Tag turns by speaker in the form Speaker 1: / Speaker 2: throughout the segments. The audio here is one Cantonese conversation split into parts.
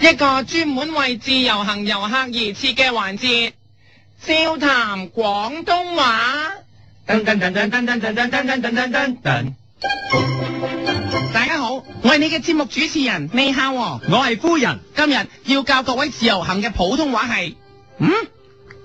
Speaker 1: 一個專門為自由行遊客而設嘅環節，笑談廣東話。
Speaker 2: 噔噔噔噔噔噔噔噔噔噔噔噔噔，
Speaker 1: 大家好，我係你嘅節目主持人你孝喎。
Speaker 2: 我係夫人。
Speaker 1: 今日要教各位自由行嘅普通話係，嗯，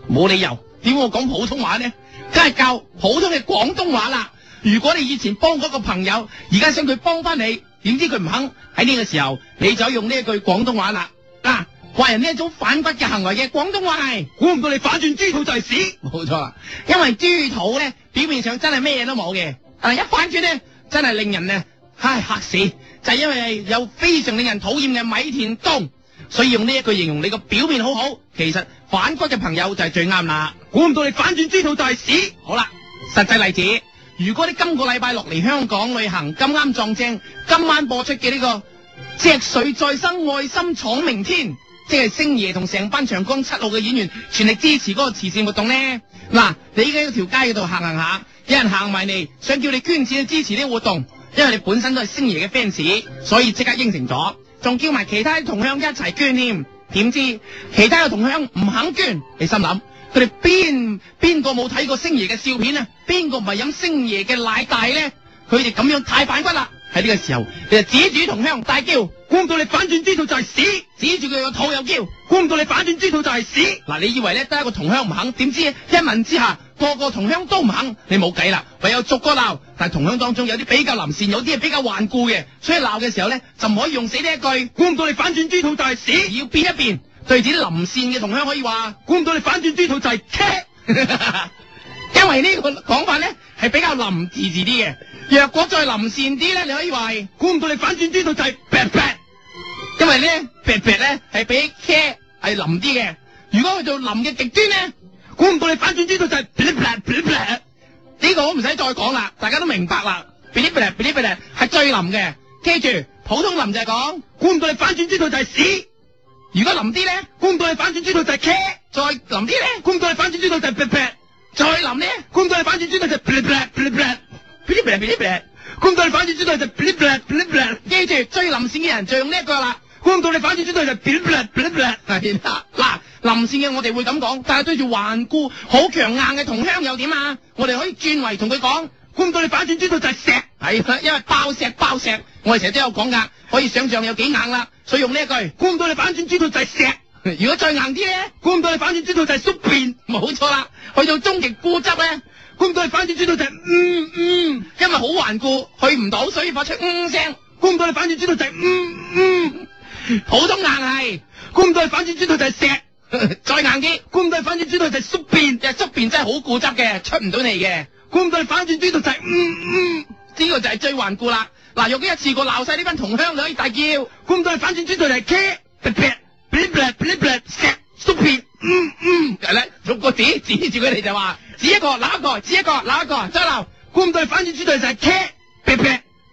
Speaker 1: 冇理由，點我講普通話呢？梗係教普通嘅廣東話啦。如果你以前幫嗰個朋友，而家想佢幫翻你，點知佢唔肯，喺呢個時候你就用呢一句廣東話啦。嗱、話人呢一種反骨嘅行為嘅廣東話係。
Speaker 2: 估唔到你反轉豬肚就係屎。
Speaker 1: 冇錯啦，因為豬肚咧表面上真係咩嘢都冇嘅，但係一反轉咧真係令人咧唉嚇死，就係、因為有非常令人討厭嘅米田東，所以用呢一句形容你個表面好好，其實反骨嘅朋友就係最啱啦。
Speaker 2: 估唔到你反轉豬肚就係屎。
Speaker 1: 好啦，實際例子，如果你今個禮拜落嚟香港旅行，咁啱撞正今晚播出嘅呢、個隻水再生愛心闖明天，即係星爺同成班長江七號嘅演員全力支持嗰個慈善活動呢。嗱，你喺條街嗰度行行下，有人行埋嚟，想叫你捐錢去支持呢個活動，因為你本身都係星爺嘅 fans，所以即刻應承咗，仲叫埋其他啲同鄉一齊捐添。點知其他嘅同鄉唔肯捐，你心諗佢哋邊邊個冇睇過星爺嘅笑片啊？邊個唔係飲星爺嘅奶大咧？佢哋咁樣太反骨啦！喺呢個時候，你就指住同鄉大叫，
Speaker 2: 估唔到你反轉豬肚就係屎。
Speaker 1: 指住佢個肚又叫。
Speaker 2: 估唔到你反轉豬肚就係屎。
Speaker 1: 嗱，你以為咧得一個同鄉唔肯，點知一問之下，個個同鄉都唔肯，你冇計啦，唯有逐個鬧。但係同鄉當中有啲比較臨善，有啲係比較頑固嘅，所以鬧嘅時候咧就唔可以用死呢一句，
Speaker 2: 估唔到你反轉豬肚就係屎。
Speaker 1: 要變一變，對住啲臨善嘅同鄉可以話。
Speaker 2: 估唔到你反轉豬肚就係茄。
Speaker 1: 因為呢個講法咧係比較林字字啲嘅，若果再林善啲咧，你可以話係，
Speaker 2: 估唔到你反轉豬肚就係劈劈。
Speaker 1: 因為咧劈劈咧係比 care 係林啲嘅，如果去到林嘅極端咧，
Speaker 2: 估唔到你反轉豬肚就係劈劈劈劈。
Speaker 1: 呢個我唔使再講啦，大家都明白啦。嗶哩嗶哩嗶哩嗶哩係最淋嘅，記住普通淋就係講，
Speaker 2: 估唔到你反轉豬肚就係屎。
Speaker 1: 如果淋啲咧，
Speaker 2: 估唔到你反轉豬肚就係茄。
Speaker 1: 再淋啲咧，
Speaker 2: 估唔到你反轉豬肚就係劈劈。
Speaker 1: 再淋咧，
Speaker 2: 估唔到你反轉豬肚就劈劈劈劈。劈劈劈劈。估唔到你反轉豬肚就劈劈劈劈。
Speaker 1: 記住最淋線嘅人就用呢一個啦。
Speaker 2: 估唔到你反轉豬肚就劈劈劈劈。
Speaker 1: 係啦，嗱，臨線嘅我哋會咁講，但係對住頑固、好強硬嘅同鄉又點啊？我哋可以轉為同佢講，
Speaker 2: 估唔到你反轉豬肚就係石。
Speaker 1: 係啦，因為爆石爆石，我哋成日都有講噶，可以想象有幾硬啦，所以用呢一句。
Speaker 2: 估唔到你反轉豬肚就係石，
Speaker 1: 如果再硬啲咧，
Speaker 2: 估唔到你反轉豬肚就係宿便，
Speaker 1: 冇錯啦，去到終極固執咧，
Speaker 2: 估唔到你反轉豬肚就係嗯嗯，
Speaker 1: 因為好頑固，去唔到，所以發出嗯聲。
Speaker 2: 估唔到你反轉豬肚就係嗯嗯，
Speaker 1: 普通硬係，
Speaker 2: 估唔到你反轉豬肚就係石，
Speaker 1: 再硬啲，
Speaker 2: 估唔到你反轉豬肚就係宿便，
Speaker 1: 隻宿便真係好固執嘅，出唔到嚟嘅。
Speaker 2: 估唔到你反轉豬肚就係嗯嗯，
Speaker 1: 呢個就係最頑固啦。嗱，若果一次過鬧晒呢班同鄉，你可以大叫，
Speaker 2: 估唔到你反轉豬肚就係茄，劈劈，劈劈劈劈，石宿便，嗯嗯，
Speaker 1: 係咧，逐個指指住佢哋就話，指一個鬧一個，指一個鬧一個，再鬧。
Speaker 2: 估唔到你反轉豬肚就係茄，劈劈，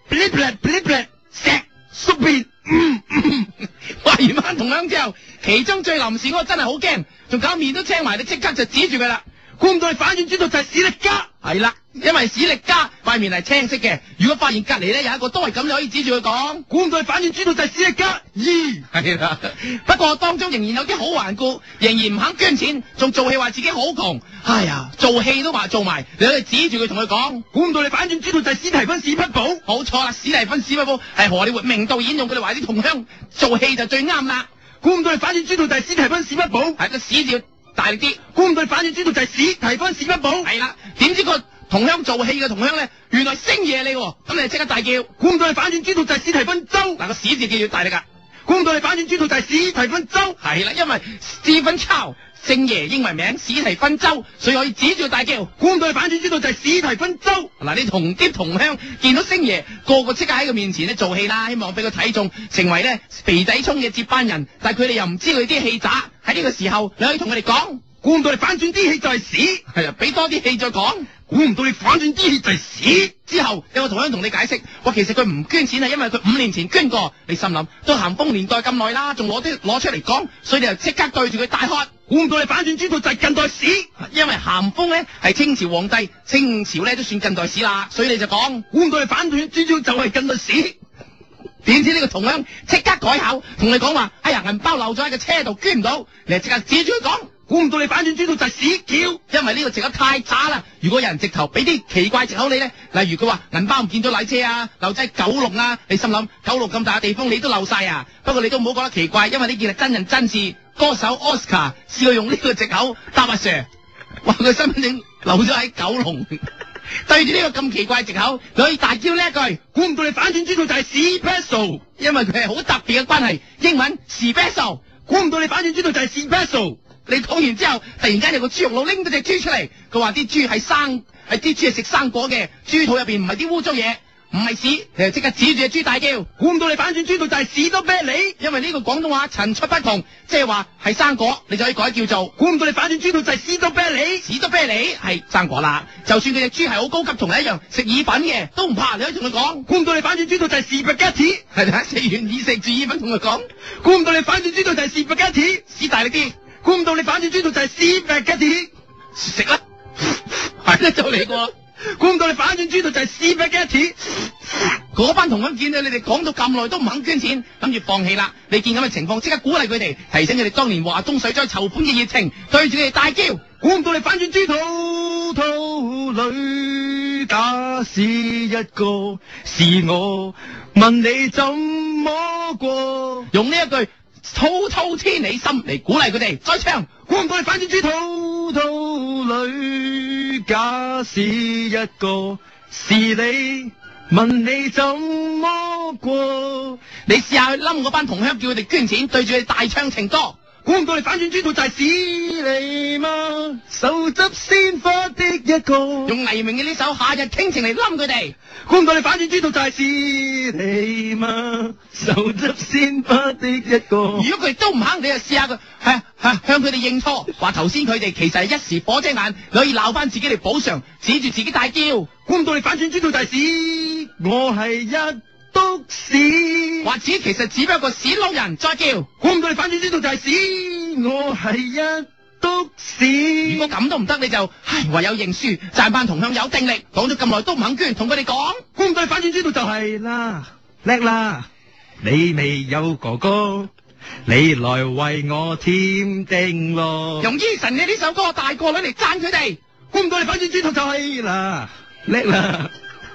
Speaker 2: 劈劈劈劈，石宿便，
Speaker 1: Mm,
Speaker 2: 嗯 嗯，
Speaker 1: 話完班同鄉之後，其中最臨時嗰個真係好驚，仲搞面都青埋，你即刻就指住佢啦。
Speaker 2: 估唔到你反轉豬肚就係史力加，
Speaker 1: 係啦，因為史力加塊面係青色嘅，如果發現隔離咧有一個都係咁，你可以指住佢講。
Speaker 2: 估唔到你反轉豬肚就係史力加，咦，
Speaker 1: 係啦，不過當中仍然有啲好頑固，仍然唔肯捐錢，仲做戲話自己好窮。哎呀，做戲都話做埋，你可以指住佢同佢講。
Speaker 2: 估唔到你反轉豬肚就係史提芬史匹堡。
Speaker 1: 冇錯啦，史蒂芬史匹堡係荷里活名導演，用佢哋話啲同鄉做戲就最啱啦。
Speaker 2: 估唔到你反轉豬肚就係史提芬史匹堡，
Speaker 1: 係個史字要大力啲。
Speaker 2: 估唔到你反轉豬肚就係史提芬史匹堡，
Speaker 1: 係啦，點知個同鄉做戲嘅同鄉咧，原來星爺你喎，咁你就即刻大叫。
Speaker 2: 估唔到你反轉豬肚就係史提芬州，
Speaker 1: 嗱個史字記住大力啊噶，
Speaker 2: 估唔到你反轉豬肚就係史提芬州，
Speaker 1: 係啦，因為 Stephen Chow 星爺英文名史提芬周，所以可以指住佢大叫。
Speaker 2: 估唔到你反轉豬肚就係史提芬州，
Speaker 1: 嗱，你同啲同鄉見到星爺，個個即刻喺佢面前咧做戲啦，希望俾佢睇中，成為咧肥仔聰嘅接班人。但係佢哋又唔知佢啲戲渣，喺呢個時候你可以同佢哋講，
Speaker 2: 估唔到你反轉啲氣就係屎，
Speaker 1: 係啊，俾多啲戲再講。
Speaker 2: 估唔到你反轉啲氣就係屎，
Speaker 1: 之後有個同鄉同你解釋，話其實佢唔捐錢係因為佢五年前捐過。你心諗都咸豐年代咁耐啦，仲攞啲攞出嚟講，所以你就即刻對住佢大喝。
Speaker 2: 估唔到你反轉豬肚就係近代史，
Speaker 1: 因為咸豐咧係清朝皇帝，清朝咧都算近代史啦，所以你就講
Speaker 2: 估唔到你反轉豬肚就係近代史，
Speaker 1: 點知呢個同鄉即刻改口，同你講話：哎呀，銀包漏咗喺個車度，捐唔到。你就即刻指住佢講，
Speaker 2: 估唔到你反轉豬到就係屎橋。
Speaker 1: 因為呢個藉口太渣啦。如果有人直頭俾啲奇怪藉口你咧，例如佢話銀包唔見咗禮車啊，漏咗喺九龍啊，你心諗九龍咁大嘅地方你都漏晒啊。不過你都唔好覺得奇怪，因為呢件係真人真事。歌手 Oscar 試過用呢個藉口答阿 Sir，話佢身份證漏咗喺九龍。對住呢個咁奇怪嘅藉口，你可以大叫呢一句。
Speaker 2: 估唔到你反轉豬到就係屎 p e s o
Speaker 1: 因為佢係好特別嘅關係，英文 special。
Speaker 2: 估唔到你反轉豬到就係屎 p e s o
Speaker 1: 你講完之後，突然間有個豬肉佬拎咗隻豬出嚟，佢話啲豬係生，係啲豬係食生果嘅，豬肚入邊唔係啲污糟嘢，唔係屎，你就即刻指住隻豬大叫，
Speaker 2: 估唔到你反轉豬到就係屎多啤梨。
Speaker 1: 因為呢個廣東話層出不窮，即係話係生果，你就可以改叫做
Speaker 2: 估唔到你反轉豬到就係屎多啤梨。
Speaker 1: 屎多啤梨係生果啦。就算佢隻豬係好高級，同你一樣食意粉嘅，都唔怕，你可以同佢 講，
Speaker 2: 估唔到你反轉豬到就係屎 b a g
Speaker 1: 係咪？食完意食住意粉同佢講，
Speaker 2: 估唔到你反轉豬到就係屎 b a g
Speaker 1: 屎大力啲，
Speaker 2: 估唔到你反轉豬到就係屎 b a g
Speaker 1: 食啦，係啦就嚟過啦。
Speaker 2: 估唔到你反轉豬到就係屎 b a g
Speaker 1: 嗰班同鄉見到你哋講到咁耐都唔肯捐錢，諗住放棄啦。你見咁嘅情況，即刻鼓勵佢哋，提醒佢哋當年華東水災籌款嘅熱情，對住佢哋大叫。
Speaker 2: 估唔到你反轉豬肚肚裏假使一個是我，問你怎麼過？
Speaker 1: 用呢一句滔滔千里心嚟鼓勵佢哋，再唱。
Speaker 2: 估唔到你反轉豬肚肚裏假使一個是你，問你怎麼過？
Speaker 1: 你試下去冧嗰班同鄉，叫佢哋捐錢，對住佢哋大唱情歌。
Speaker 2: 估唔到你反轉豬肚就係是你嗎？手執鮮花的一個。
Speaker 1: 用黎明嘅呢首《夏日傾情》嚟冧佢哋。
Speaker 2: 估唔到你反轉豬肚就係是你嗎？手執鮮花的一個。
Speaker 1: 如果佢哋都唔肯，你就試下佢，係啊係啊向佢哋認錯，話頭先佢哋其實係一時火遮眼，你可以鬧翻自己嚟補償，指住自己大叫。
Speaker 2: 估唔到你反轉豬肚就係屎，我係一篤屎。
Speaker 1: 或者其實只不過屎窿人，再叫。
Speaker 2: 估唔到你反轉豬肚就係屎，我係一篤
Speaker 1: 如
Speaker 2: 屎
Speaker 1: 果。咁都唔得，你就唉唯有認輸，讚班同鄉有定力，講咗咁耐都唔肯捐，同佢哋講。
Speaker 2: 估唔到你反轉豬肚就係啦，叻啦！你未有哥哥，你來為我添丁咯。
Speaker 1: 用 Eason 嘅呢首歌《大個女》嚟讚佢哋，
Speaker 2: 估唔到你反轉豬肚就係啦，叻啦！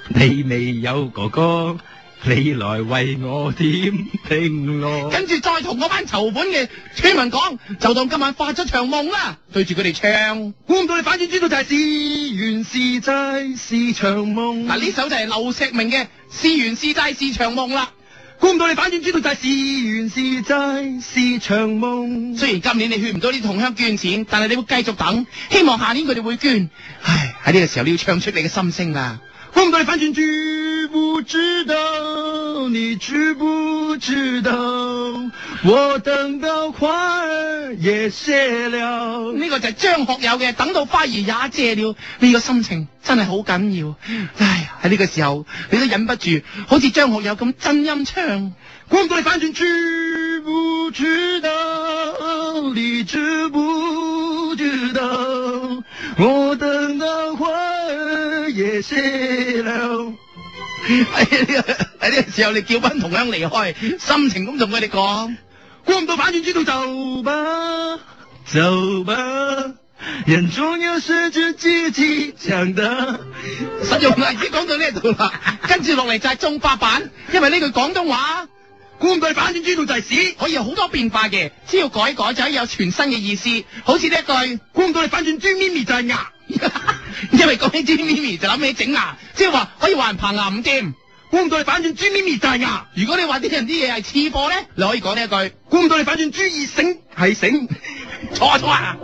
Speaker 2: 你未有哥哥，你來為我添丁咯。
Speaker 1: 跟住再同嗰班籌款嘅村民講，就當今晚發咗場夢啦，對住佢哋唱。
Speaker 2: 估唔到你反轉豬肚就係是緣是債是場夢。
Speaker 1: 嗱呢首就係劉錫明嘅《是緣是債是場夢》啦。
Speaker 2: 估唔到你反轉豬肚就係是緣是債是場夢。
Speaker 1: 雖然今年你勸唔到啲同鄉捐錢，但係你會繼續等，希望下年佢哋會捐。唉，喺呢個時候你要唱出你嘅心聲啦。
Speaker 2: 估唔到你反轉知不知道？你知不知道？我等到花兒也謝了。
Speaker 1: 呢個就係張學友嘅《等到花兒也謝了》，呢、個心情真係好緊要。唉，喺呢個時候你都忍不住，好似張學友咁真音唱。
Speaker 2: 估唔到你反轉知不知道？你知不知道？我等到花兒也謝了。
Speaker 1: 喺呢、個喺呢個時候，你叫班同鄉離開，心情咁同佢哋講。
Speaker 2: 估唔到反轉知道走吧，走吧，人終要隨着自己長大。
Speaker 1: 實用例子講到呢度啦，跟住落嚟就係中八版，因為呢句廣東話
Speaker 2: 估唔到你反轉知道就係屎，
Speaker 1: 可以有好多變化嘅，只要改一改就可以有全新嘅意思。好似呢一句。
Speaker 2: 估唔到你反轉豬咪咪就係牙，
Speaker 1: 因為講起豬咪咪就諗起整牙，即係話可以話人棚牙唔掂。
Speaker 2: 估唔到你反轉豬咪咪就係牙，
Speaker 1: 如果你話啲人啲嘢係次貨咧，你可以講呢一句
Speaker 2: 估唔到你反轉豬二醒係醒，
Speaker 1: 錯錯啊！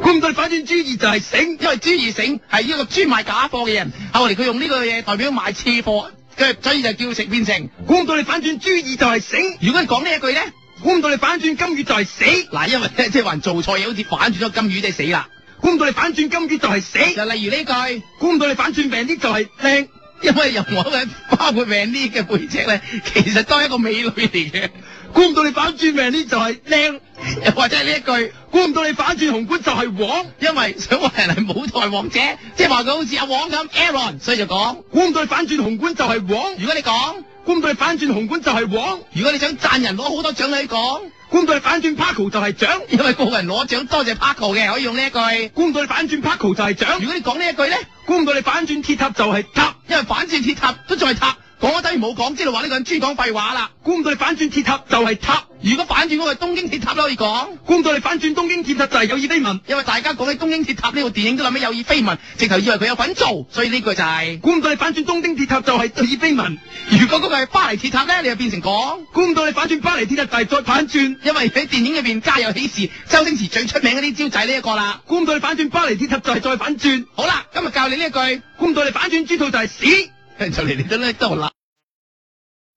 Speaker 2: 估唔到你反轉豬二就係醒，
Speaker 1: 因為朱二醒係一個專賣假貨嘅人，後嚟佢用呢個嘢代表賣次貨，佢所以就叫食變成。
Speaker 2: 估唔到你反轉豬二就係醒，
Speaker 1: 如果你講呢一句咧，
Speaker 2: 估唔到你反轉金魚就係死，
Speaker 1: 嗱，因為咧即係話人做錯嘢，好似反轉咗金魚，即係死啦。
Speaker 2: 估唔到你反轉金魚就係死，
Speaker 1: 就例如呢句，
Speaker 2: 估唔到你反轉病啲就係靚，
Speaker 1: 因為由我嘅包括 Van 呢嘅背脊咧，其實都係一個美女嚟嘅，
Speaker 2: 估唔到你反轉病啲就係靚，
Speaker 1: 又或者係呢一句。
Speaker 2: 估唔到你反轉紅館就係黃。
Speaker 1: 因為想話人係舞台王者，即係話佢好似阿王咁 Aaron，所以就講。
Speaker 2: 估唔到你反轉紅館就係黃，
Speaker 1: 如果你講，
Speaker 2: 官對反轉紅館就係黃，
Speaker 1: 如果你想赞人攞好多獎，你講，
Speaker 2: 官對反轉 Paco 就係獎，
Speaker 1: 因為個人攞獎多謝 Paco 嘅，可以用呢一句。
Speaker 2: 官對反轉 Paco 就係獎
Speaker 1: 如，果你講呢一句咧，
Speaker 2: 官對反轉鐵塔就係塔，
Speaker 1: 因為反轉鐵塔都仲係塔，講咗等於冇講，即係話呢個人專講廢話啦。
Speaker 2: 官對反轉鐵塔就係塔，
Speaker 1: 如果反轉嗰個係東京鐵塔都可以講，
Speaker 2: 官對反轉東京鐵塔就係有意非文，
Speaker 1: 因為大家講起東京鐵塔呢部電影都諗起有意非文，直頭以為佢有份做，所以呢句就係、
Speaker 2: 官對反轉東京鐵塔就係有意非文，
Speaker 1: 如果嗰個係巴黎鐵塔咧，你就變成講。
Speaker 2: 官對反轉巴黎鐵塔就係再反轉，
Speaker 1: 因為喺電影入邊家有喜事，周星馳最出名嗰啲招仔呢一個啦。
Speaker 2: 官對反轉巴黎鐵塔就係再反轉，
Speaker 1: 好啦，今日教你呢一句，
Speaker 2: 官對反轉豬肚就 係屎。
Speaker 1: 就嚟你都叻到啦。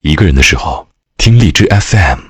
Speaker 3: 一个人的时候，听荔枝 FM。